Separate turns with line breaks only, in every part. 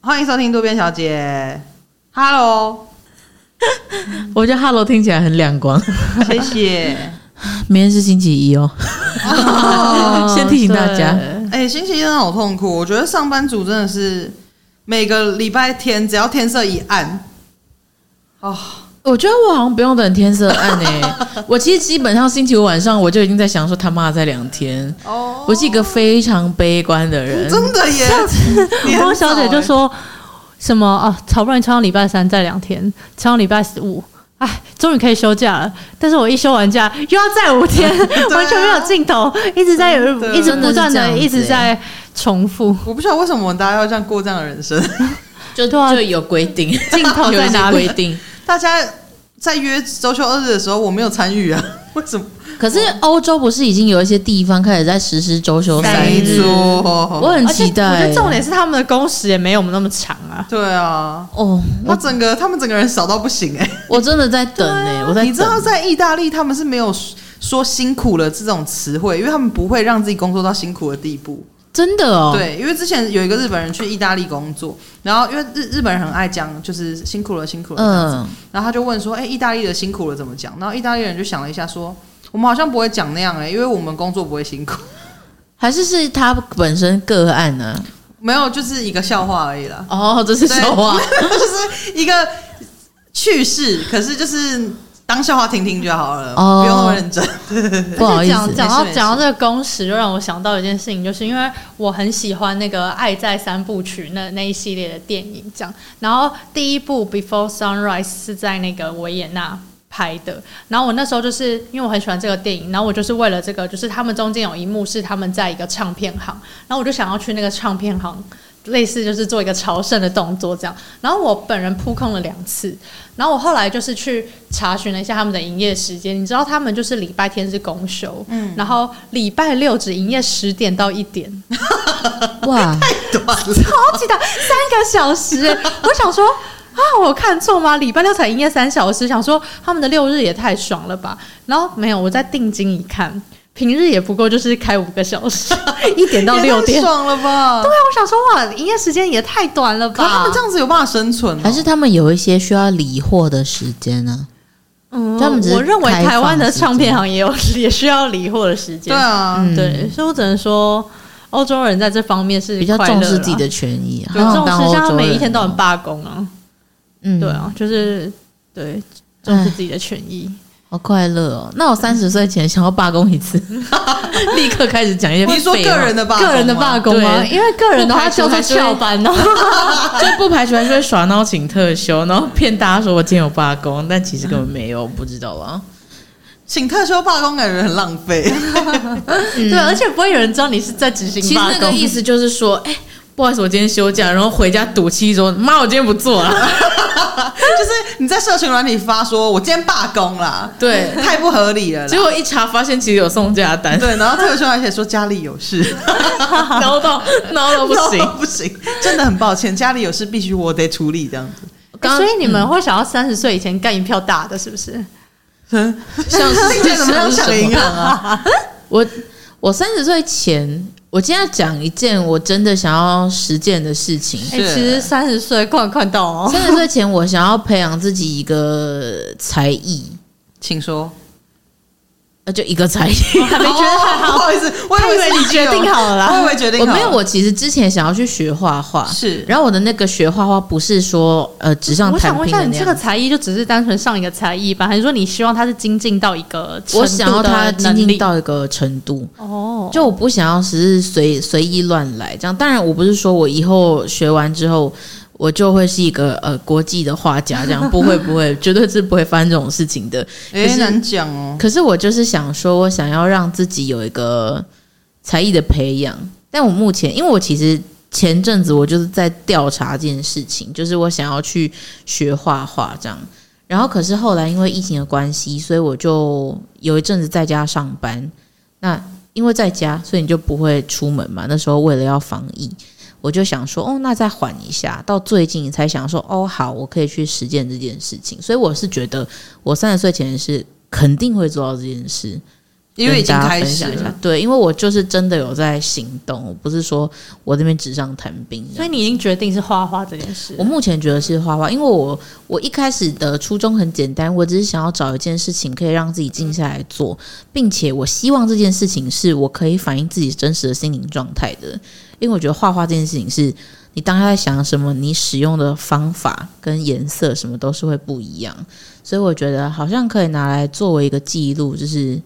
欢迎收听渡边小姐，Hello，
我觉得 “hello” 听起来很亮光。
谢谢。
明天是星期一哦， 先提醒大家，
哎、星期一真的好痛苦，我觉得上班族真的是每个礼拜天只要天色一暗，哦，
我觉得我好像不用等天色暗诶、 我其实基本上星期五晚上我就已经在想说他妈再两天。
哦
我是一个非常悲观的人，
真的耶！你很
汪小姐
早
就
哎
说什么啊，好不容易撑到礼拜三，再两天，撑到礼拜五，哎，终于可以休假了。但是我一休完假又要再五 天，完全没有尽头，一直在
真的
一直不
真
断
的是这样
啊的
子
一直在重复，
我不知道为什么我们大家要这样过这样的人生。
就
对啊
就有规定，
镜头
有
在
一些
哪
规
里？
定。
大家在约周休二日的时候，我没有参与啊， 为什么？
可是欧洲不是已经有一些地方开始在实施周休三
没
日？我
错，
很
而且
期待。
我觉得重点是他们的工时也没有我们那么长啊。
对啊，
哦，
我
我
整个他们整个人少到不行哎、
我真的在等哎、我在
你知道
等。
在意大利他们是没有说辛苦了这种词汇，因为他们不会让自己工作到辛苦的地步。
真的哦，
对，因为之前有一个日本人去意大利工作，然后因为日日本人很爱讲就是辛苦了辛苦了这样子，
嗯，
然后他就问说，哎、意大利的辛苦了怎么讲？然后意大利人就想了一下说。我们好像不会讲那样哎、因为我们工作不会辛苦，
还是是他本身个案啊呢、
没有就是一个笑话而已 啦。
哦，这是笑话，
就是一个趣事，可是就是当笑话听听就好了，
哦
不用那么认真。
不好意
而
思
且讲讲
没事
到
没事
讲到这个工时，就让我想到一件事情，就是因为我很喜欢那个《爱在三部曲》那那一系列的电影，这样。然后第一部《Before Sunrise》是在那个维也纳。拍的，然后我那时候就是因为我很喜欢这个电影，然后我就是为了这个，就是他们中间有一幕是他们在一个唱片行，然后我就想要去那个唱片行，类似就是做一个朝圣的动作这样。然后我本人扑空了两次，然后我后来就是去查询了一下他们的营业时间，你知道他们就是礼拜天是公休，嗯，然后礼拜六只营业十点到一 点，
哇，
超级的三个小 时欸，我想说。啊，我有看错吗？礼拜六才营业三小时，想说他们的六日也太爽了吧？然后没有，我在定睛一看，平日也不过就是开五个 小时，一点到六
也太
点。对啊，
爽了吧？
我想说哇，营业时间也太短了
可是他
吧
们这？样子有办法生存、哦，
还是他们有一些需要理货的时间呢、
嗯
他们只是
我认为
开放
台湾的
时间
唱片行也有也需要理货的时间
对。啊，
嗯
对，所以我只能说，欧洲人在这方面是
比较
快乐
重
啦
视自己，的权益、啊，
对，重
好想当
视
欧
像他
洲
每
人
一天都很罢工啊，
嗯
对，啊，就是对重视自己的权益。
好快乐哦。那我三十岁前想要罢工一 次，立刻开始讲一些
你说
废话
个人的罢工吗
个人的罢工吗？
对
因为个人的话叫做翘班哦，
就不排除 还是会耍闹请特休，然后骗大家说我今天有罢工，但其实根本没有，不知道啊。
请特休罢工感觉很浪费。
对，而且不会有人知道你是在执
其
行
实
罢
那个
工。
意思就是说，哎、不好意思，我今天休假，然后回家赌气说，妈，我今天不做了。
就是你在社群软体发说，我今天罢工啦，
对
太不合理了啦
结。果一查发现其实有送假 单，
对，然后特休而且说家里有事，
挠到挠 到不 行。
不行，真的很抱歉，家里有事必须我得处理这 样子。
刚
所以你们会想要三十岁以前干一票大的，是不是？
像是
听起来怎么像抢银行啊？
我我三十岁前，我今天要讲一件我真的想要实践的事情。
哎，其实三十岁快快到哦，
三十岁前，我想要培养自己一个才艺，
请说。
那就一个 才艺。
还没觉得还
哦不
好，
好意思，我
他以
是
为你决定好了啦
我以为决定
我
好了，
没有，我其实之前想要去学画画，
是
然后我的那个学画画不是说呃纸上
我
谈
想问一
兵
下，
的
你
那
这个
样。
才艺就只是单纯上一个才艺吧，还是说你希望它是精进到一个程
我想要
度的
它精
能
进
力
到一个程度，
哦，
就我不想要只是随随意乱来这样。当然，我不是说我以后学完之后我就会是一个呃国际的画家这样，不会不会，绝对是不会发生这种事情的。
哎、
可是
难讲哦。
可是我就是想说，我想要让自己有一个才艺的培养，但我目前因为我其实前阵子我就是在调查这件事情，就是我想要去学画画这样。然后可是后来因为疫情的关系，所以我就有一阵子在家上班。那因为在家，所以你就不会出门嘛。那时候为了要防疫，我就想说，哦，那再缓一下。到最近才想说，哦，好，我可以去实践这件事情。所以我是觉得，我三十岁前是肯定会做到这件事，
因为已经
跟大家
开
分
始
享一下
了。。
对，因为我就是真的有在行动，我不是说我这边纸上谈兵这样。
所以你已经决定是画画这件事
我。目前觉得是画画，因为我我一开始的初衷很简单，我只是想要找一件事情可以让自己静下来做，并且我希望这件事情是我可以反映自己真实的心灵状态的。因为我觉得画画这件事情是你当下在想什么，你使用的方法跟颜色什么都是会不一样，所以我觉得好像可以拿来作为一个记录，就是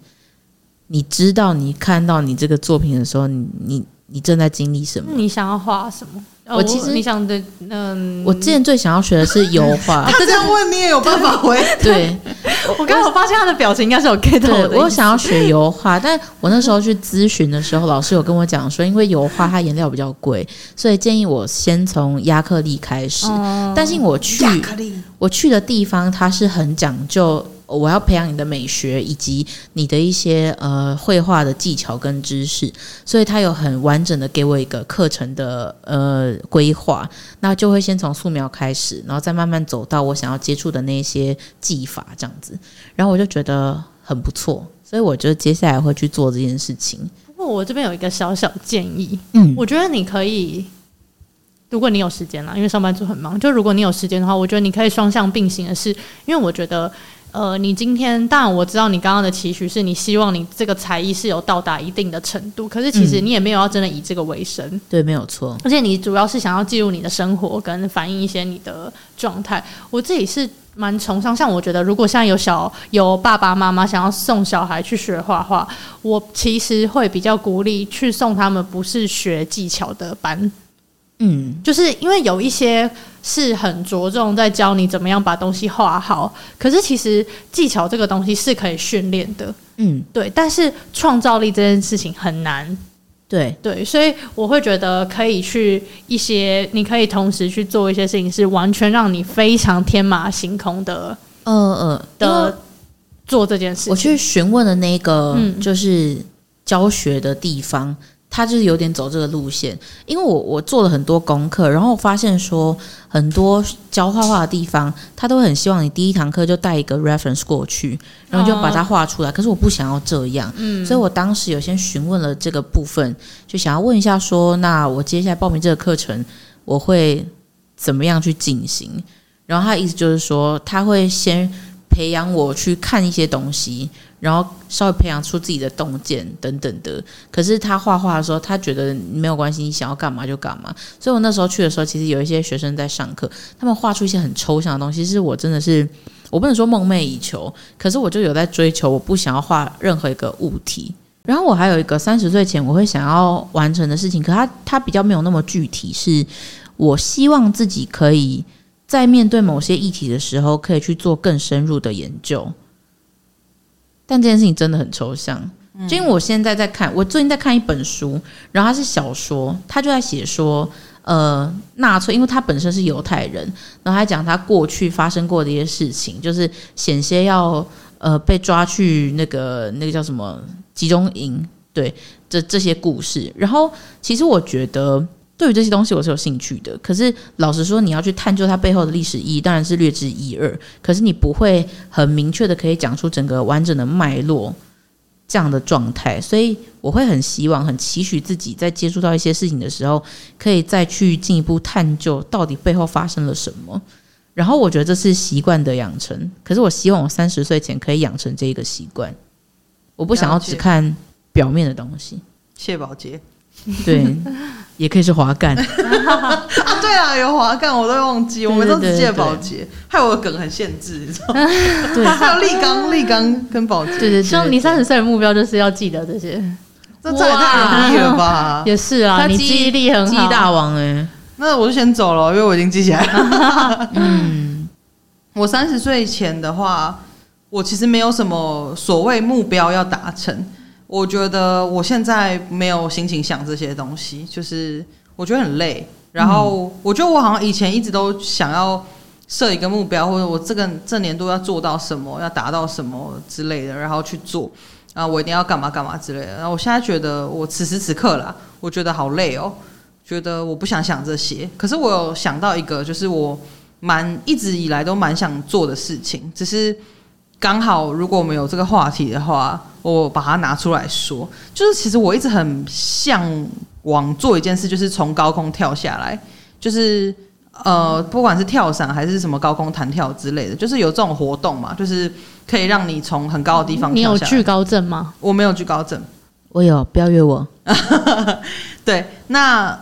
你知道你看到你这个作品的时候，你你你正在经历什么。
你想要画什么？呃
我其实
你想的，嗯，
我之前最想要学的是油 画
他，这样问你也有办法 回，
对，
我刚好发现他的表情应该是有 get 到
对
我的意思。
我有想要学油画，但我那时候去咨询的时候，老师有跟我讲说，因为油画它颜料比较贵，所以建议我先从亚克力开始。
哦嗯
但是我去
亚克力
我去的地方，它是很讲究，我要培养你的美学以及你的一些呃绘画的技巧跟知识，所以它有很完整的给我一个课程的呃规划。那就会先从素描开始，然后再慢慢走到我想要接触的那些技法这样子。然后我就觉得很不错，所以我就接下来会去做这件事情。
不过我这边有一个小小建议，
嗯，
我觉得你可以，如果你有时间啦，因为上班族很忙，就如果你有时间的话，我觉得你可以双向并行的是，因为我觉得。呃，你今天当然我知道你刚刚的期许是你希望你这个才艺是有到达一定的程度，可是其实
嗯
你也没有要真的以这个为生，
对，没有错。
而且你主要是想要记录你的生活，跟反映一些你的状态。我自己是蛮崇尚，像我觉得，如果现在有小有爸爸妈妈想要送小孩去学画画，我其实会比较鼓励去送他们不是学技巧的班，
嗯，
就是因为有一些是很着重在教你怎么样把东西画好，可是其实技巧这个东西是可以训练的，
嗯，
对，但是创造力这件事情很难。
对，嗯
对，所以我会觉得可以去一些，你可以同时去做一些事情，是完全让你非常天马行空的
呃呃，因为
的做这件事情。
我去询问的那个
嗯
就是教学的地方，他就是有点走这个路线，因为我我做了很多功课，然后我发现说很多教画画的地方，他都很希望你第一堂课就带一个 reference 过去，然后就把它画出来。可是我不想要这样，所以我当时有先询问了这个部分，就想要问一下说，那我接下来报名这个课程，我会怎么样去进行？然后他的意思就是说，他会先培养我去看一些东西，然后稍微培养出自己的洞见等等的。可是他画画的时候，他觉得没有关系，你想要干嘛就干嘛。所以我那时候去的时候，其实有一些学生在上课，他们画出一些很抽象的东西，是我真的是我不能说梦寐以求，可是我就有在追求，我不想要画任何一个物体。然后我还有一个三十岁前我会想要完成的事情，可它它比较没有那么具体，是我希望自己可以在面对某些议题的时候，可以去做更深入的研究。但这件事情真的很抽象，就因为我现在在看，我最近在看一本书，然后它是小说，他就在写说，呃，纳粹，因为他本身是犹太人，然后他讲他过去发生过的一些事情，就是险些要呃被抓去那个那个叫什么集中营，对，这这些故事。然后其实我觉得。对于这些东西我是有兴趣的，可是老实说，你要去探究它背后的历史意义，当然是略知一二。可是你不会很明确的可以讲出整个完整的脉络这样的状态，所以我会很希望、很期许自己在接触到一些事情的时候，可以再去进一步探究到底背后发生了什么。然后我觉得这是习惯的养成，可是我希望我三十岁前可以养成这一个习惯，我不想要
了解
只看表面的东西。
谢宝杰
对，也可以是滑 杆。
啊，对啊，有华干我都忘记，我们都
对
只
对
记得
对
宝杰，害我的梗很限制，你知道吗？
对
还有立刚、立刚跟宝杰，
对对，
像你三十岁的目标就是要记得这些，
这太太容易了吧？
也是啊，你记忆力很
记
好。啊
忆大王哎、
那我就先走了，因为我已经记起来了。 我三十岁前的话，我其实没有什么所谓目标要达成。我觉得我现在没有心情想这些东西，就是我觉得很累。然后我觉得我好像以前一直都想要设一个目标，或者我这个这年度要做到什么，要达到什么之类的，然后去做。啊，我一定要干嘛干嘛之类的。然后我现在觉得，我此时此刻啦，我觉得好累哦，觉得我不想想这些。可是我有想到一个，就是我蛮一直以来都蛮想做的事情，只是刚好如果我们有这个话题的话，我把它拿出来说，就是其实我一直很向往做一件事，就是从高空跳下来，就是呃，不管是跳伞还是什么高空弹跳之类的，就是有这种活动嘛，就是可以让你从很高的地方
你有
跳下
惧
来。
高症吗？
我没有惧高症。
我有，不要约我。
对，那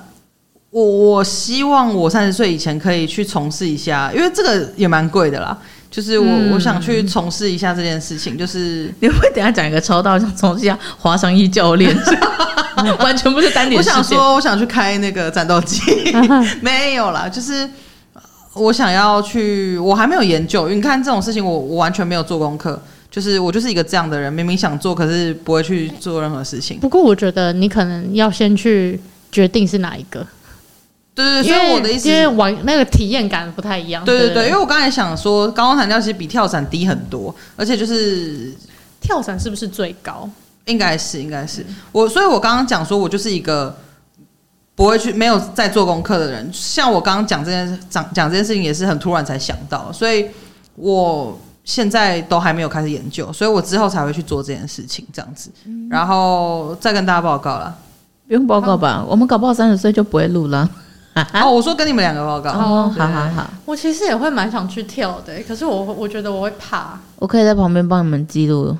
我我希望我三十岁以前可以去从事一下，因为这个也蛮贵的啦。就是我、
嗯
我想去从事一下这件事情，就是
你会不会等一下讲一个超大，像从下滑翔翼教练， 完全不是单点
我
事件。
想说，我想去开那个战斗 机，没有啦，就是我想要去，我还没有研究。因为你看这种事情我，我完全没有做功课，就是我就是一个这样的人，明明想做，可是不会去做任何事情。
不过我觉得你可能要先去决定是哪一个，
对对对，
因
所以
为
我的意思
因
是
为玩那个体验感不太一样。
对
对
对对，因为我刚才想说，高空弹跳其实比跳伞低很多，而且就是
跳伞是不是最高？
应该是，应该是我，所以我刚刚讲说，我就是一个不会去没有在做功课的人。像我刚刚讲这件讲讲这件事情，也是很突然才想到，所以我现在都还没有开始研究，所以我之后才会去做这件事情，这样子，然后再跟大家报告啦。
不用报告吧，我们搞不好三十岁就不会录了。
哦，我说跟你们两个报告，
哦，
对
好好好，
我其实也会蛮想去跳的、欸可是我我觉得我会怕。
我可以在旁边帮你们记录。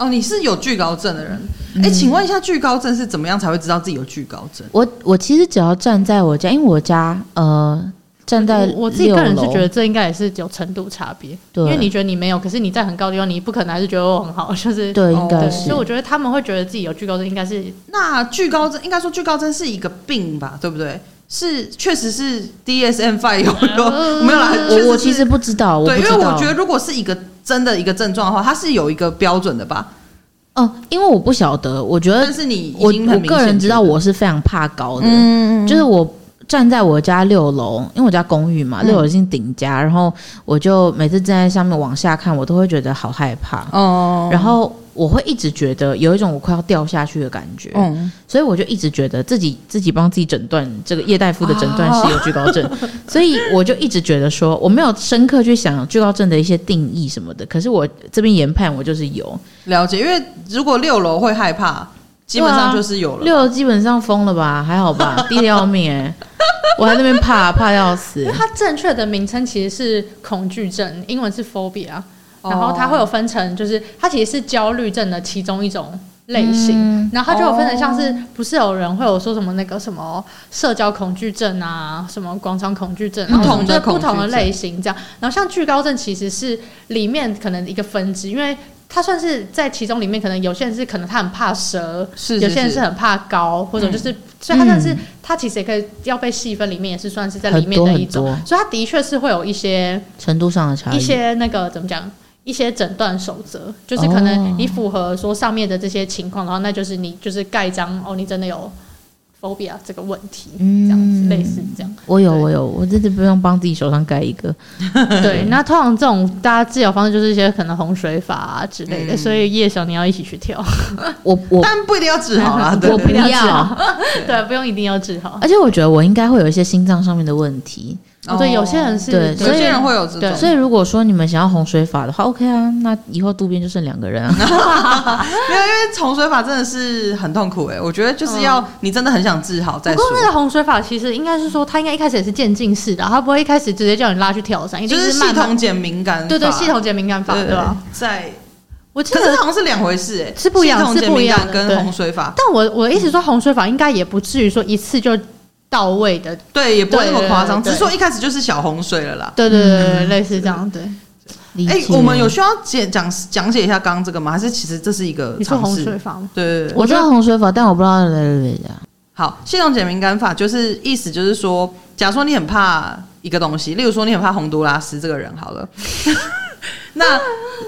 哦，你是有惧高症的人，哎、请问一下，惧高症是怎么样才会知道自己有惧高症？
我我其实只要站在我家，因为我家呃站在
我我自己个人是
六楼
觉得这应该也是有程度差别，
对
因为你觉得你没有，可是你在很高的地方，你不可能还是觉得我很好，就是
对，应
哦
该
所
是
以我觉得他们会觉得自己有惧高症，应该是
那惧高症应该说惧高症是一个病吧，对不对？是，确实是 DSM five 有有
呃
没有啦？确
嗯我我
是
其实不知道，
对，
不
因
知
为
道。
我觉得如果是一个真的一个症状的话，它是有一个标准的吧。
哦、因为我不晓得，我觉得
但是你已
我
经很
呃我
明显
个人知道
觉得
我是非常怕高的，
嗯，
就是我站在我家六楼，因为我家公寓嘛，
嗯
六楼已经顶家，然后我就每次站在上面往下看，我都会觉得好害怕，
哦，
然后我会一直觉得有一种我快要掉下去的感觉，
嗯，
所以我就一直觉得自己自己帮自己诊断这个叶大夫的诊断
哦
是有惧高 症，所以我就一直觉得说我没有深刻去想惧高症的一些定义什么的，可是我这边研判我就是有
了解。因为如果六楼会害怕，基本上就是有了。
六，基本上疯 了吧，还好吧，低的要命哎、我还在那边怕怕得要死
因为，它正确的名称其实是恐惧症，英文是 phobia，
哦
然后它会有分成，就是它其实是焦虑症的其中一种类型。
嗯
嗯
然后它就有分成，像
哦
是不是有人会有说什么那个什么社交恐惧症啊，什么广场恐惧症啊，
不同的
然后就是不同
恐
的
惧症
类型这样。然后像惧高症其实是里面可能一个分支，因为它算是在其中里面，可能有些人是可能他很怕蛇，
是嗯
有些人
是
是很怕高，或者就是，所以他但是他其实也可以要被细分，里面也是算是在里面的一种
嗯
很多很，
所以他的确是会有一些
程度上的差异，
一些那个怎么讲。一些诊断守则，就是可
哦
能你符合说上面的这些情况，然后那就是你就是盖章哦，你真的有 phobia 这个问题，这样
嗯
子类似这样。
我有
对
我有，我真的不用帮自己手上盖一个，
对，那通常这种大家治疗方式就是一些可能洪水法啊之类的，
嗯
所以夜小你要一起去跳，
我 我
但不一定要治好啦。对
我
对
不
对哎
要，
对，啊不用一定要治好。
而且我觉得我应该会有一些心脏上面的问题，
哦
对，有些人是
对
有
所以
些人会有这
对
种，
所以如果说你们想要洪水法的话，OK 啊，那以后渡边就剩两个人啊。
没有，因为重水法真的是很痛苦哎。我觉得
嗯
就是要你真的很想治好再
不
说
过。那个洪水法其实应该是说，他应该一开始也是渐进式的，啊他不会一开始直接叫你拉去跳伞，一
就
定
是系
慢慢
统减敏感法，
对对系统减敏感法
对
对吧？
在
我记
可是
得
好，像是两回事、哎，
是不一样
系统减
是不一
敏
样
感
的
跟
对
洪水法，
但我我的意思说洪水法应该也不至于说一次就到位的，
对，也不会那么夸张，只
对
是
对对
说一开始就是小洪水了啦。
对对
嗯
对对对，类似这样对。
理
哎、
解
我们有需要讲讲讲解一下刚刚这个吗？还是其实这是一个
你说
尝
洪
试？
水法吗？
对对对，
我知道洪水法，但我不知道来来来来
好，系统减敏感法就是意思就是说，假如说你很怕一个东西，例如说你很怕洪都拉斯这个人好了， 那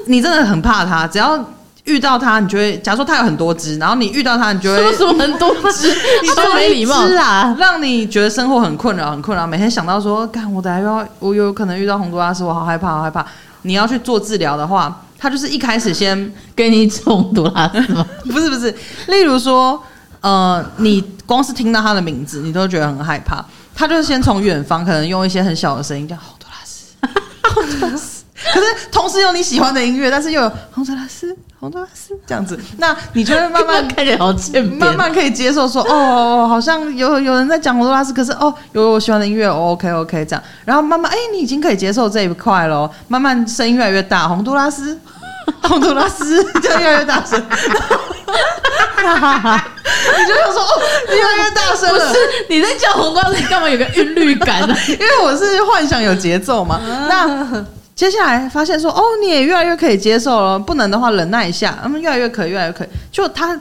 你真的很怕他，只要遇到他，你就会，假如说他有很多只，然后你遇到他，你就会
说什么很多只， 你
说
没礼貌。
一只 啊！
让你觉得生活很困扰，很困扰，每天想到说，干，我等下又要，我有可能遇到洪都拉斯，我好害怕，好害怕。你要去做治疗的话，他就是一开始先，
给你中毒拉斯吗？
不是不是，例如说，呃，你光是听到他的名字，你都觉得很害 怕。他就是先从远方，可能用一些很小的声音叫洪都拉斯，可是同时有你喜欢的音乐，但是又有洪都拉斯、洪都拉斯这样子，那你就会慢 慢
看起来好欠扁。
慢慢可以接受说，哦，好像有有人在讲洪都拉斯，可是哦，有我喜欢的音乐、哦、，OK OK 这样，然后慢慢哎、你已经可以接受这一块咯，慢慢声音越来越大，洪都拉斯。 洪都拉斯就越来越大声， 你就想说哦，越来越大声
不
了
是。你在叫红光，你干嘛有个韵律感
啊
呢、
因为我是幻想有节奏嘛。
啊
那接下来发现说，哦，你也越来越可以接受了，不能的话忍耐一下，嗯，越来越可以，越来越可以。就他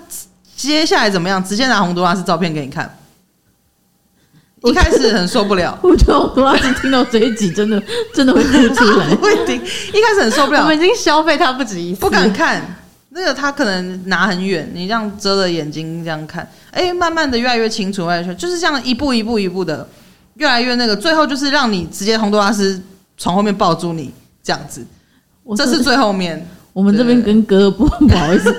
接下来怎么样？直接拿洪都拉斯照片给你看。一开始很受不了，
我觉得红光听到这一集真的真的会 哭出 来。
不一定，一开始很受不
我
了
们，已经消费它不止一次，
不敢看。那个他可能拿很远，你这样遮着眼睛这样看，哎、慢慢的越来越清楚，越来越清楚就是这样一步一步一步的，越来越那个，最后就是让你直接洪都拉斯从后面抱住你这样子，
我
这
真的
是最后面，
我们这边跟哥不不好 意思，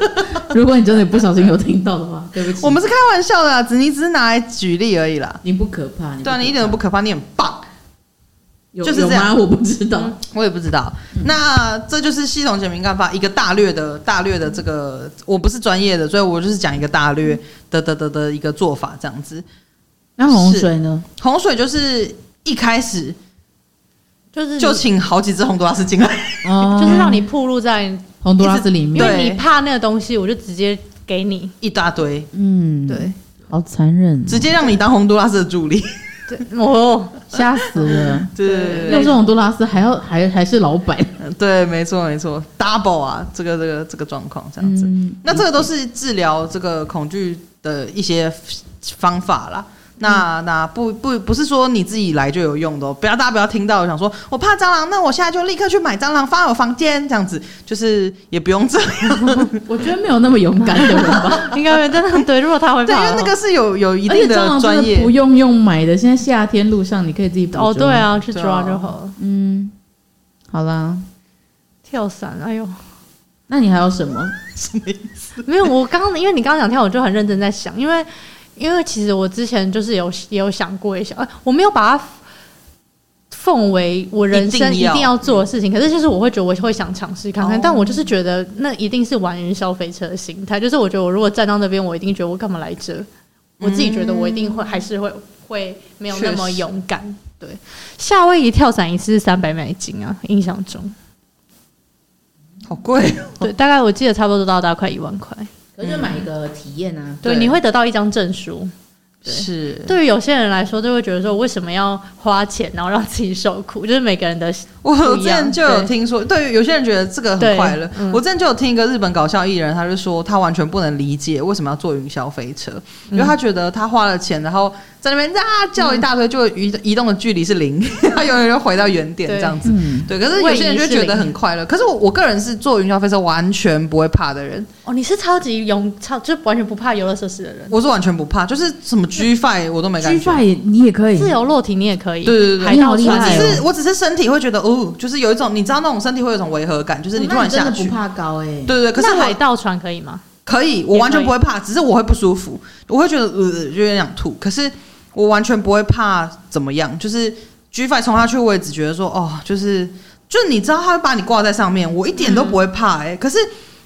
如果你真的不小心有听到的话，对不起，
我们是开玩笑的啦，只你只是拿来举例而已啦。
你不可怕，
对啊，你一点都不可怕，你很棒。
有
就是
有
这样嗯
吗？我不知道，
我也不知道，那这就是系统简明干法一个大略的大略的这个，我不是专业的，所以我就是讲一个大略的的的的一个做法这样子。
那洪水呢？
洪水就是一开始
就是
嗯
就
就
请好几只洪都拉斯进来，
哦
就是让你暴露在，
洪都拉斯里
因
面，
为你怕那个东西，我就直接给你。
一大堆，
嗯，，
对，
好残忍，啊
直接让你当洪都拉斯的助理，
对哦，
吓死了。
对对
要
对
是洪都拉斯还要还还是老板
对对，没错没错，double 啊，这个这个这个状况这
这
样
样
子
子。，
那这个都是治疗这个恐惧的一些方法啦。
嗯
那那不不不是说你自己来就有用的、哦，不要大家不要听到想说我怕蟑螂，那我现在就立刻去买蟑螂放在我房间，这样子就是也不用这 样，
我觉得没有那么勇敢的人吧。
应该真的对。如果他会
对，因
怕的
为
话，
那个是有 有一
啊而且
定
蟑螂
专
真
业
的不用用买的，现在夏天路上你可以自己捕
哦，
捉
对，啊，去
对啊
抓就好了。
嗯，好啦，
跳伞，哎呦，
那你还有什么？
没有，我刚刚因为你刚刚讲跳，我就很认真在想，因为因为其实我之前就是有也有想过一下，呃我没有把它奉为我人生
一定
一
要嗯
定要做的事情，可是就是我会觉得我会想尝试看看，
哦
但我就是觉得那一定是玩于消费者的心态，就是我觉得我如果站到那边，我一定觉得我干嘛来这，我自己觉得我一定会还是会会没有那么
确实
勇敢。对，
嗯
夏威夷跳伞一次是三百美金啊，印象中，
好贵哦
对，大概我记得差不多到大概快一万块。
可是买一个体验啊，
对，
对
你会得到一张证书。对
是。
对于有些人来说，就会觉得说，我为什么要花钱，然后让自己受苦？就是每个人的
我
不
我
一
之
样
前就有
对
听说，对有些人觉得这个很
对
快乐。
嗯
我之前就有听一个日本搞笑艺人，他就说他完全不能理解为什么要坐云霄飞车，因为他觉得他花了钱，然后在那边啊叫一大堆，就移移动的距离是零， 他永远就回到原点
对
这样子。
嗯，
对，可是有些人就觉得很快乐。可是我我个人是坐云霄飞车完全不会怕的人，
哦，你是超级勇，超就完全不怕游乐设施的人，
我是完全不怕，就是什么 G Five 我都没感
居
觉。
饭你也可以，
自由落体你也可以，
对对对对
海盗
你好厉
船
害
也
只
哦
可以
是我只是身体会觉得哦，就是有一种你知道那种身体会有一种违和感，就是你突然
哦真
下
的
去
不，怕高哎，
对对对。可是
那
我
海盗船可以吗？
可以，我完全不会怕，只是我会不舒服，我会觉得呃有点想吐。可是我完全不会怕怎么样，就是 G Five 冲下去，我也只觉得说哦，就是就是你知道他会把你挂在上面，我一点都不会怕哎、欸可是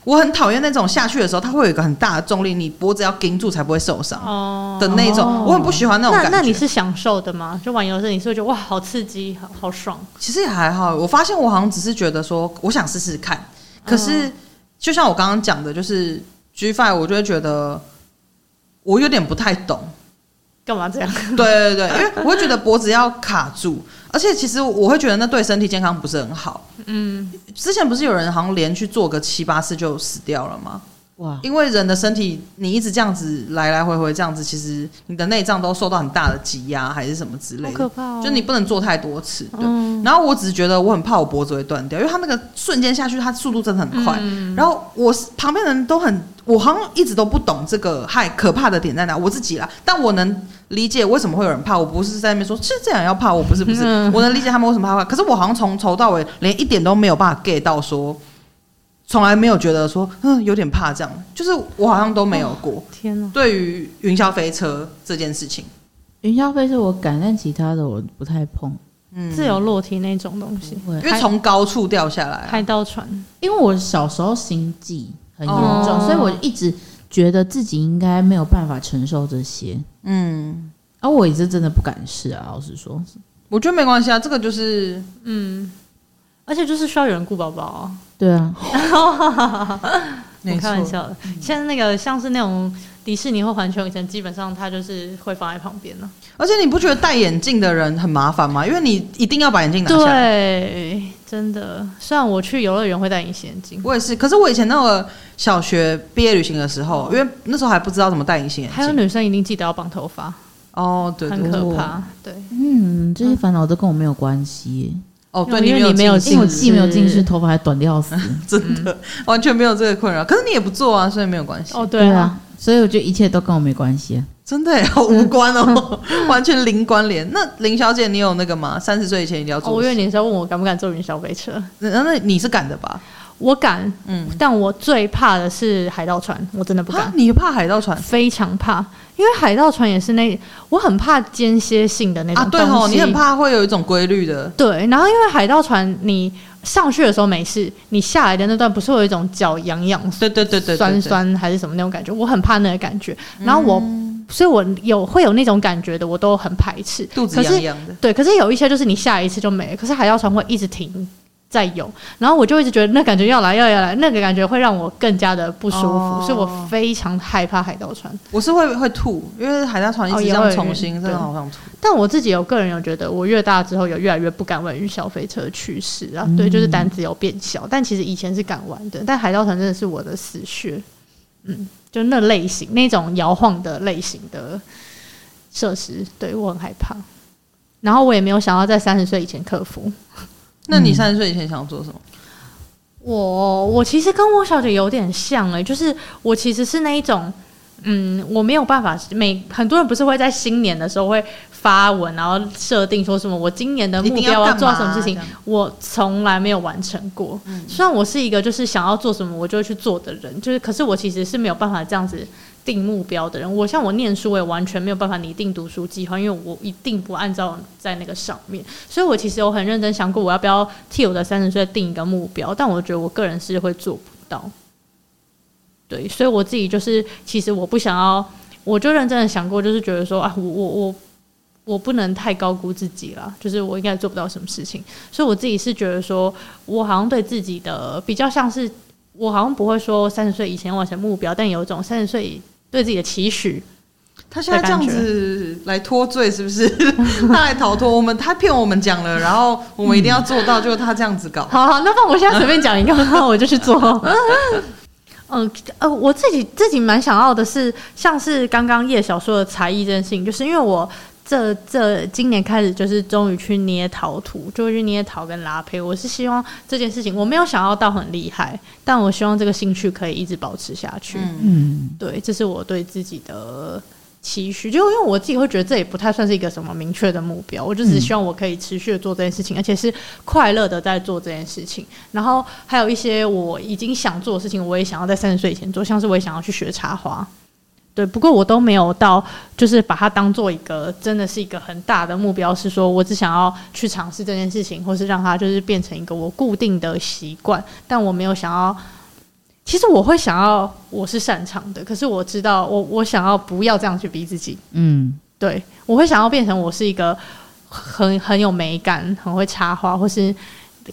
我很讨厌那种下去的时候，它会有一个很大的重力，你脖子要盯住才不会受伤
哦，
的那种，
哦
我很不喜欢那种
那
感觉。
那你是享受的吗？就玩游乐设施，你是会觉得哇，好刺激，好好爽，
其实也还好，我发现我好像只是觉得说，我想试试看。可是、就像我刚刚讲的，就是 G Five，我就会觉得我有点不太懂。
干嘛这样？
对对对，因为我会觉得脖子要卡住，而且其实我会觉得那对身体健康不是很好。
嗯，
之前不是有人好像连续做个七八次就死掉了吗？
哇，
因为人的身体你一直这样子来来回回这样子，其实你的内脏都受到很大的挤压还是什么之类
好
的
可，怕哦！
就你不能做太多次。对，
嗯
然后我只是觉得我很怕我脖子会断掉，因为他那个瞬间下去，他速度真的很快。然后我是旁边的人都很，我好像一直都不懂这个害可怕的点在哪，我自己啦。但我能理解为什么会有人怕，我不是在那边说是这样要怕，我不是不是，
嗯
我能理解他们为什么害怕。可是我好像从头到尾连一点都没有办法 get 到说。嗯从来没有觉得说，嗯，有点怕这样，就是我好像都没有过。
天哪，
对于云霄飞车这件事情，
云霄飞是我敢，但其他的我不太碰。
嗯
自由落体那种东西，
会
因为从高处掉下来啊、
海盗船。
因为我小时候心悸很严重，
哦
所以我一直觉得自己应该没有办法承受这些。
嗯，
啊，我也是真的不敢试啊，老实说，
我觉得没关系啊，这个就是
而且就是需要有人顾宝宝哦啊，
对啊，
没
我开
错嗯
玩笑的。现在那个像是那种迪士尼或环球影城，基本上它就是会放在旁边了。
而且你不觉得戴眼镜的人很麻烦吗？因为你一定要把眼镜拿下来。
对，真的。虽然我去游乐园会戴隐形眼镜，
我也是，可是我以前那个小学毕业旅行的时候，因为那时候还不知道怎么戴隐形眼
还有
镜。
女生一定记得要绑头发，
哦，对对
很
对，
可怕。对，
嗯，这些烦恼都跟我没有关系耶，
哦，对，
因为
你没有
你
近
没有
因为我
视
既没有近视，头发还短的要死。
真的完全没有这个困扰。可是你也不做啊，所以没有关系。
哦，对啊，，
所以我觉得一切都跟我没关系啊。
真的耶好无关 哦，完全零关联。那林小姐，你有那个吗？三十岁以前一定要
哦，我
做
以为
事？
你是要问我敢不敢坐云霄飞车，
那那你是敢的吧？
我敢，
嗯，
但我最怕的是海盗船，我真的不敢
啊，。你怕海盗船
非常怕，因为海盗船也是那，我很怕间歇性的那种
啊？对
东
哦，
西
你很怕会有一种规律的，
对，然后因为海盗船你上去的时候没事，你下来的那段不是会有一种脚痒痒、
对对对嗯对，对
酸。酸还是什么那种感觉？我很怕那个感觉，然后我，所以我有会有那种感觉的，我都很排斥。
对肚子
可是
痒痒的，
对，可是有一些就是你下一次就没了，可是海盗船会一直停再有，然后我就一直觉得那感觉要来要要来，那个感觉会让我更加的不舒服，
哦
所以我非常害怕海盗船。
我是会会吐，因为海盗船一
哦
直
也
这样
会
重新，真的
对
好想吐。
但我自己有个人有觉得，我越大之后有越来越不敢玩云霄飞车的趋势啊，对，就是胆子有变小。但其实以前是敢玩的，但海盗船真的是我的死穴，嗯，就那类型那种摇晃的类型的设施，对我很害怕。然后我也没有想要在三十岁以前克服。
那你三十岁以前想做什么？
我我其实跟我小姐有点像哎、就是我其实是那一种，嗯，我没有办法。每很多人不是会在新年的时候会发文，然后设定说什么我今年的目
一定干
标要
嘛啊
做什么事情
这，样嗯
我从来没有完成过。虽然我是一个就是想要做什么我就会去做的人，就是可是我其实是没有办法这样子定目标的人。我像我念书，我也完全没有办法拟定读书计划，因为我一定不按照在那个上面。所以我其实有很认真想过，我要不要替我的三十岁定一个目标，但我觉得我个人是会做不到。对，所以我自己就是，其实我不想要，我就认真的想过，就是觉得说啊，我我我我不能太高估自己了，就是我应该做不到什么事情。所以我自己是觉得说，我好像对自己的比较像是，我好像不会说三十岁以前完成目标，但有一种三十岁对自己的期许。
他现在这样子来脱罪，是不是？ 他来逃脱我们，他骗我们讲了，然后我们一定要做到，就是他这样子搞。
好好，那不然我现在随便讲一个， 然后我就去做。嗯呃，我自己自己蛮想要的是，像是刚刚叶小说的才艺这件事情，就是因为我这这今年开始就是终于去捏陶土，就会去捏陶跟拉胚。我是希望这件事情，我没有想要到很厉害，但我希望这个兴趣可以一直保持下去。
嗯，
嗯，
对，这是我对自己的期许，就因为我自己会觉得这也不太算是一个什么明确的目标，我就只希望我可以持续的做这件事情，而且是快乐的在做这件事情。然后还有一些我已经想做的事情，我也想要在三十岁以前做，像是我也想要去学插花。对，不过我都没有到，就是把它当做一个真的是一个很大的目标，是说我只想要去尝试这件事情，或是让它就是变成一个我固定的习惯，但我没有想要其实我会想要我是擅长的，可是我知道我我想要不要这样去逼自己，
嗯，
对我会想要变成我是一个很很有美感、很会插花，或是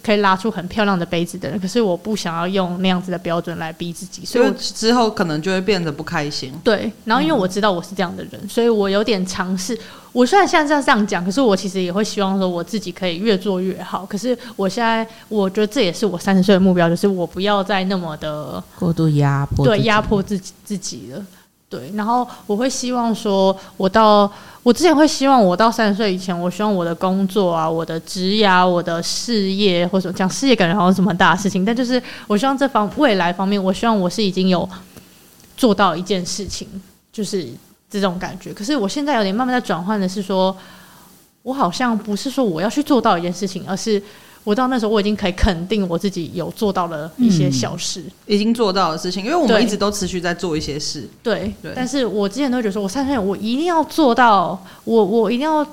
可以拉出很漂亮的杯子的人。可是我不想要用那样子的标准来逼自己，所
所
以
以
我
之后可能就会变得不开心。
对，然后因为我知道我是这样的人，所以我有点尝试。我虽然现在这样这样讲，可是我其实也会希望说我自己可以越做越好。可是我现在我觉得这也是我三十岁的目标，就是我不要再那么的
过度压迫，
对压，迫自己自己了。对，然后我会希望说，我到我之前会希望我到三十岁以前，我希望我的工作啊、我的职业、啊、我的事业，或者讲事业感觉好像是什么很大的事情，但就是我希望这方未来方面，我希望我是已经有做到一件事情，就是这种感觉。可是我现在有点慢慢在转换的是说，我好像不是说我要去做到一件事情，而是我到那时候我已经可以肯定我自己有做到了一些
嗯
小事。
已经做到的事情，因为我们
对
一直都持续在做一些事。
对，
对
但是我之前都会觉得说，我三十岁我一定要做到，我我一定要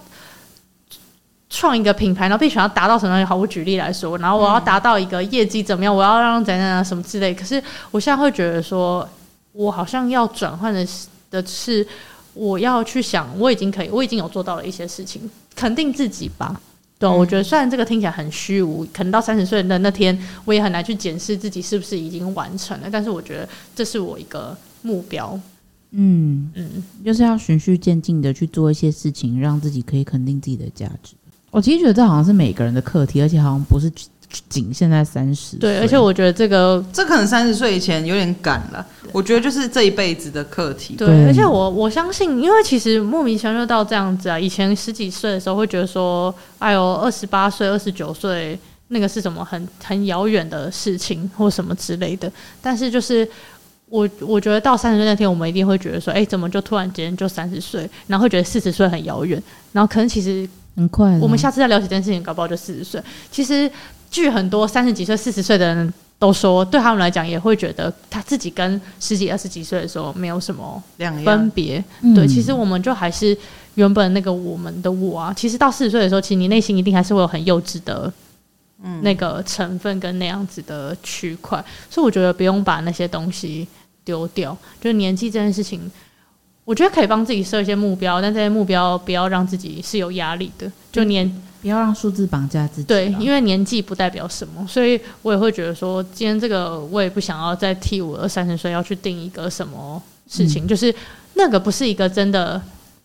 创一个品牌，然后必须要达到什么东西。好，我举例来说，然后我要达到一个业绩怎么样，我要让怎样怎样什么之类。可是我现在会觉得说，我好像要转换的是的是，我要去想，我已经可以，我已经有做到了一些事情，肯定自己吧。对啊、我觉得虽然这个听起来很虚无，可能到三十岁的那天，我也很难去检视自己是不是已经完成了，但是我觉得这是我一个目标。
嗯，
嗯，
就是要循序渐进的去做一些事情，让自己可以肯定自己的价值。我其实觉得这好像是每个人的课题，而且好像不是仅限在三十。
对，而且我觉得这个
这可能三十岁以前有点赶了，我觉得就是这一辈子的课题。
对，
对
而且我我相信，因为其实莫名其妙就到这样子啊。以前十几岁的时候会觉得说，哎呦，二十八岁、二十九岁那个是什么很很遥远的事情或什么之类的。但是就是我我觉得到三十岁那天，我们一定会觉得说，哎、怎么就突然间就三十岁，然后会觉得四十岁很遥远，然后可能其实
很快啦，
我们下次再聊起这件事情，搞不好就四十岁。其实据很多三十几岁、四十岁的人都说，对他们来讲也会觉得他自己跟十几、二十几岁的时候没有什么。
两
分
样。
别。
嗯
对，其实我们就还是原本那个我们的我啊。其实到四十岁的时候，其实你内心一定还是会有很幼稚的，那个成分跟那样子的区块。所以我觉得不用把那些东西丢掉，就是年纪这件事情。我觉得可以帮自己设一些目标，但这些目标不要让自己是有压力的。就年
不要让数字绑架自己啦。啊
对，
啊
因为年纪不代表什么，所以我也会觉得说，今天这个我也不想要再替我的三十岁要去定一个什么事情，
嗯
就是那个不是一个真的。啊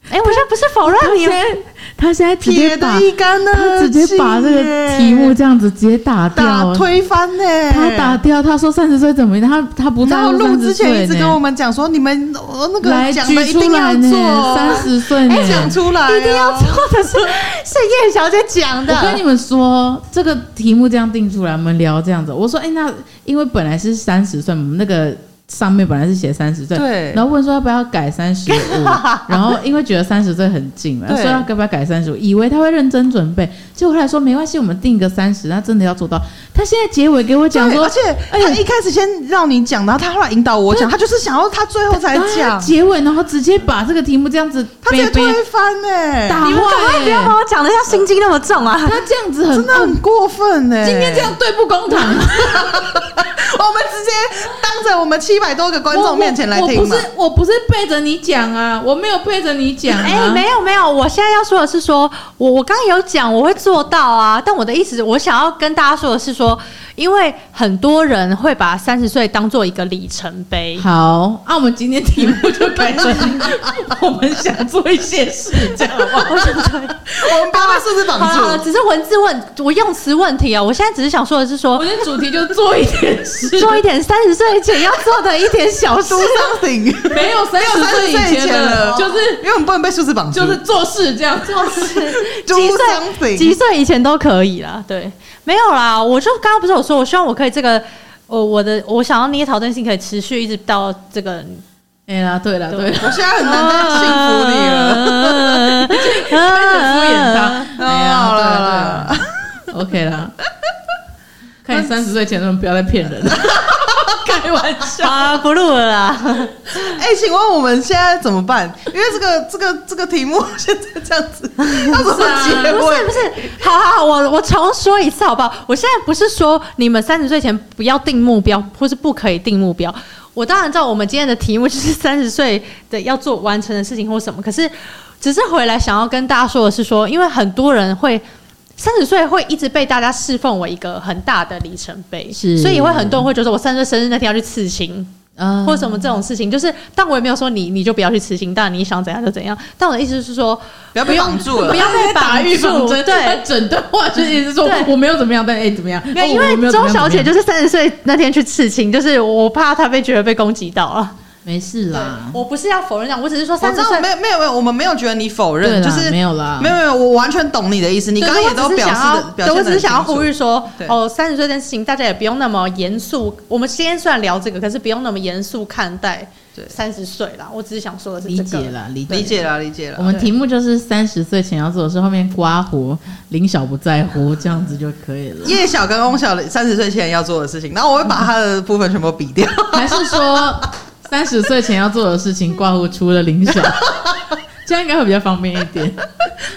哎、我现在不是否认
他
你
现，在他现在直接
铁
把
的一干呢，
他直接把这个题目这样子直接打掉
打
了。
推翻呢、
他打掉，他说三十岁怎么样？他他不
然
到
后录之前一直跟我
们
们讲说，你们呃那
来
个讲的
举
一
出
定要
来呢，
做，
三十岁呢
哎讲出来、
一定要做。的是是叶小姐讲
我跟
的
你。们说，这个题目这样定出来，我们聊这样子。我说，哎、那因为本来是三十岁，我们那个上面本来是写三十岁，
对
然后问说要不要改三 十五，然后因为觉得三十岁很近了，
对
说要不要改三十五，以为他会认真准备，结果后来说没关系，我们定个三十，他真的要做到。他现在结尾给我讲
对
说哎
而，且他一开始先让你讲，然后他后来引导我讲，他就是想要他最后才
他
讲，
结尾，然后直接把这个题目这样子
他直接
背背
推翻欸呢、
打
你们可不可以
坏、
不要把我讲的像心机那么重啊？
他这样子很
真的很过分呢、
今天这样对不公堂。
我们直接当着我们七百多个观众面前来
我
听
我
嘛
不。是我不是背着你讲啊，我没有背着你讲、啊。
哎、没有没有，我现在要说的是说，我我刚刚有讲我会做到啊，但我的意思，我想要跟大家说的是说，因为很多人会把三十岁当做一个里程碑。
好，啊那、我们今天题目就改成我们想做一些事，这样好不好？
我们不要被数字绑
好了好了，
住。
只是文字问，我用词问题啊。我现在只是想说的是
我
说，
觉得主题就做一点事，
做一点三十岁前要做的一点小事
Do。something，
没有三十
没
岁
有30岁以前
前的，
了
就是
因为我们不能被数字绑住。
就是做事这样做事。
Do
几
something
岁几岁以前都可以啦，对，没有啦，我就刚刚不是有说，我希望我可以这个，我、我的我想要捏陶真心可以持续一直到这个，
哎啦，对啦，对啦，
我现在很难再
啊
幸福你了。
了，
开始敷衍他。哎呀，
啊好
对
了
啦，对啦，OK 啦。看你三十岁前能不能不要再 骗人了，开玩笑。
啊，不录了啦，
哎、请问我们现在怎么办？因为这个这个这个题目 现在这样 子，要怎么结
不是啊
尾
不？是，好好好，我我重说一次好不好？我现在不是说你们三十岁前不要定目标，或是不可以定目标。我当然知道我们今天的题目就是 三十岁的要做完成的事情或什么，可是只是回来想要跟大家说的是说，因为很多人会。三十岁会一直被大家侍奉为一个很大的里程碑，
是
所以会很多人会觉得我三十岁生日那天要去刺青，
啊
嗯
或什么这种事情，就是，但我也没有说你你就不要去刺青，但你想怎样就怎样。但我的意思是说，
不要被绑住了
不要被
打
绑
预防
住，
针，他
对。
整段话就一直说
对
我没有怎么样，但哎、怎么样？
没有，因
哦我没
为
有怎么
周
样
小姐
怎么样
就是三十岁那天去刺青，就是我怕她被觉得被攻击到啊了。
没事啦，
我不是要否认这样，我只是说
我
三
知
十
道
岁
没有没有没有，我们没有觉得你否
对
认，
啦
就是
没有啦
没有没有，我完全懂你的意思。你
啊对
刚刚也都表示的，
对，
表现
我
得
只是想要
很清楚
呼吁说
对，
哦，三十岁这件事情，大家也不用那么严肃。我们今天虽然聊这个，可是不用那么严肃看待
对
三十岁啦。我只是想说的是
理
这
解
个。
啦，理解
理。解了理解
我
了。
们题目就是三十岁前要做的事，后面刮胡，林小不在乎，这样子就可以 了。
叶小跟翁小三十岁前要做的事情，然后我会把他的部分全部比 掉。
还是说三十岁前要做的事情，刮胡除了林小， 这样应该会比较方便一点。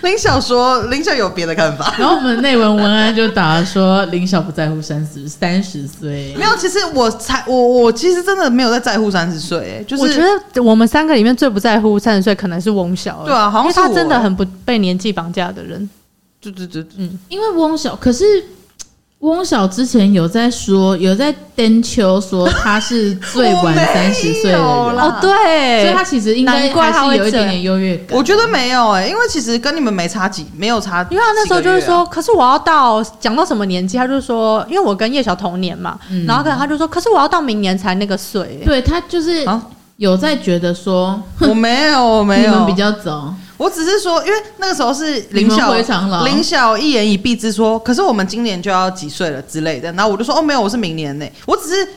林晓说，林晓有别的看法。
然后我们内文文案就打说林晓不在乎三十三十岁，
没有，其实我才我我其实真的没有在在乎三十岁，哎就是
我觉得我们三个里面最不在乎三十岁，可能是翁晓。
对啊好像
因为
是
他
我
真的很不被年纪绑架的人。
对对对对，
因为翁晓，可是翁晓之前有在说，有在登秋说他是最
我
晚
没有
三十岁的人，
啦
哦，对，
所以他其实应该
难怪他
还是
会
有一
这
点
样
点优越感。
我觉得没有哎、因为其实跟你们没差几，没有差几
因
个月
为
啊、
他那时候就是说，可是我要到讲到什么年纪，他就说，因为我跟叶晓同年嘛，
嗯
然后可能他就说，可是我要到明年才那个岁、
对他就是
啊
有在觉得说，
我没有，我没
你
有，
们比较早，
我只是说，因为那个时候是林
你们
晓
回长老
林晓一言以蔽之说，可是我们今年就要几岁了之类的，然后我就说哦没有，我是明年呢，我只是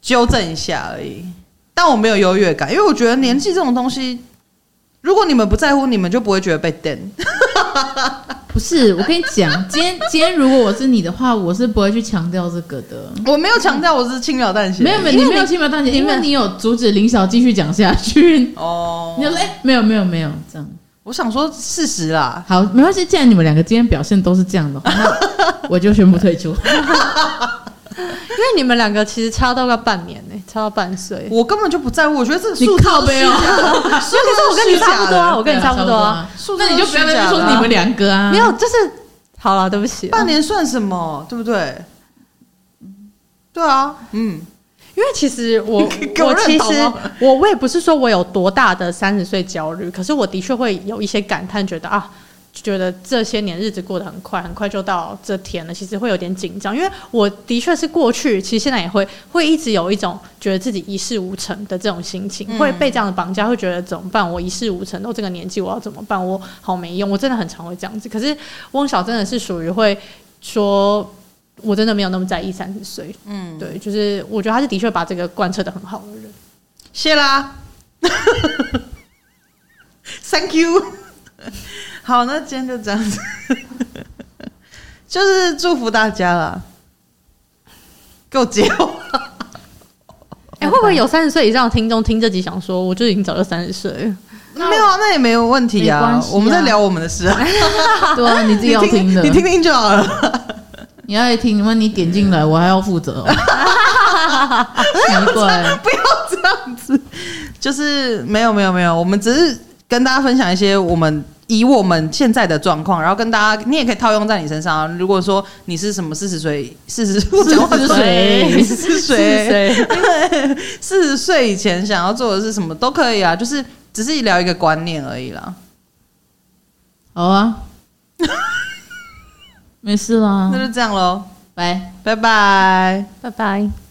纠正一下而已，但我没有优越感，因为我觉得年纪这种东西，如果你们不在乎，你们就不会觉得被 电。
不是？我跟你讲，今天今天如果我是你的话，我是不会去强调这个的。
我没有强调我是轻描淡写，
没有没有，你没有轻描淡写，因为你有阻止林晓继续讲下 去。
哦
你，就说哎、没有没有没有，这样
我想说事实啦，
好，没关系。既然你们两个今天表现都是这样的话，那我就宣布退出。
因为你们两个其实差到个半年呢、差到半岁。
我根本就不在乎，我觉得这个
你
数字
靠背哦，
所以
可是我跟你差不多啊，我
我
跟你差不多啊，。
数字
那
都
你就不要再
虚假的
说
啊
你们两个啊，
没有，就是好了，对不起啊，
半年算什么，对不对？对啊，嗯。
因为其实我
给我
我
认
其
同
实
哦
我我也不是说我有多大的三十岁焦虑，可是我的确会有一些感叹，觉得啊，觉得这些年日子过得很快，很快就到这天了，其实会有点紧张，因为我的确是过去，其实现在也会会一直有一种觉得自己一事无成的这种心情，
嗯
会被这样的绑架，会觉得怎么办？我一事无成，到这个年纪我要怎么办？我好没用，我真的很常会这样子。可是翁晓真的是属于会说。我真的没有那么在意三十岁，嗯，对，就是我觉得他是的确把这个贯彻的很好的人。
谢啦 ，Thank you。好，那今天就这样子，就是祝福大家啦。给我接哦话，
哎、会不会有三十岁以上的听众听这集想说，我就已经早就三十岁了？
那我
没有啊，那也没有问题
没
啊
关系。啊
我们在聊我们的事啊，
对啊，你自己
你
要听的，
你听听就好了。
你要听，你问你点进来，我还要负 责、哦， 奇怪，
不要这样子，就是没有没有没有，我们只是跟大家分享一些我们以我们现在的状况，然后跟大家，你也可以套用在你身上啊。如果说你是什么四十岁，四十
40岁
四十岁，四十岁以前想要做的是什么都可以啊，就是只是聊一个观念而已啦。
好啊，没事啦，嗯
那就这样喽，
拜。
拜拜。
拜拜。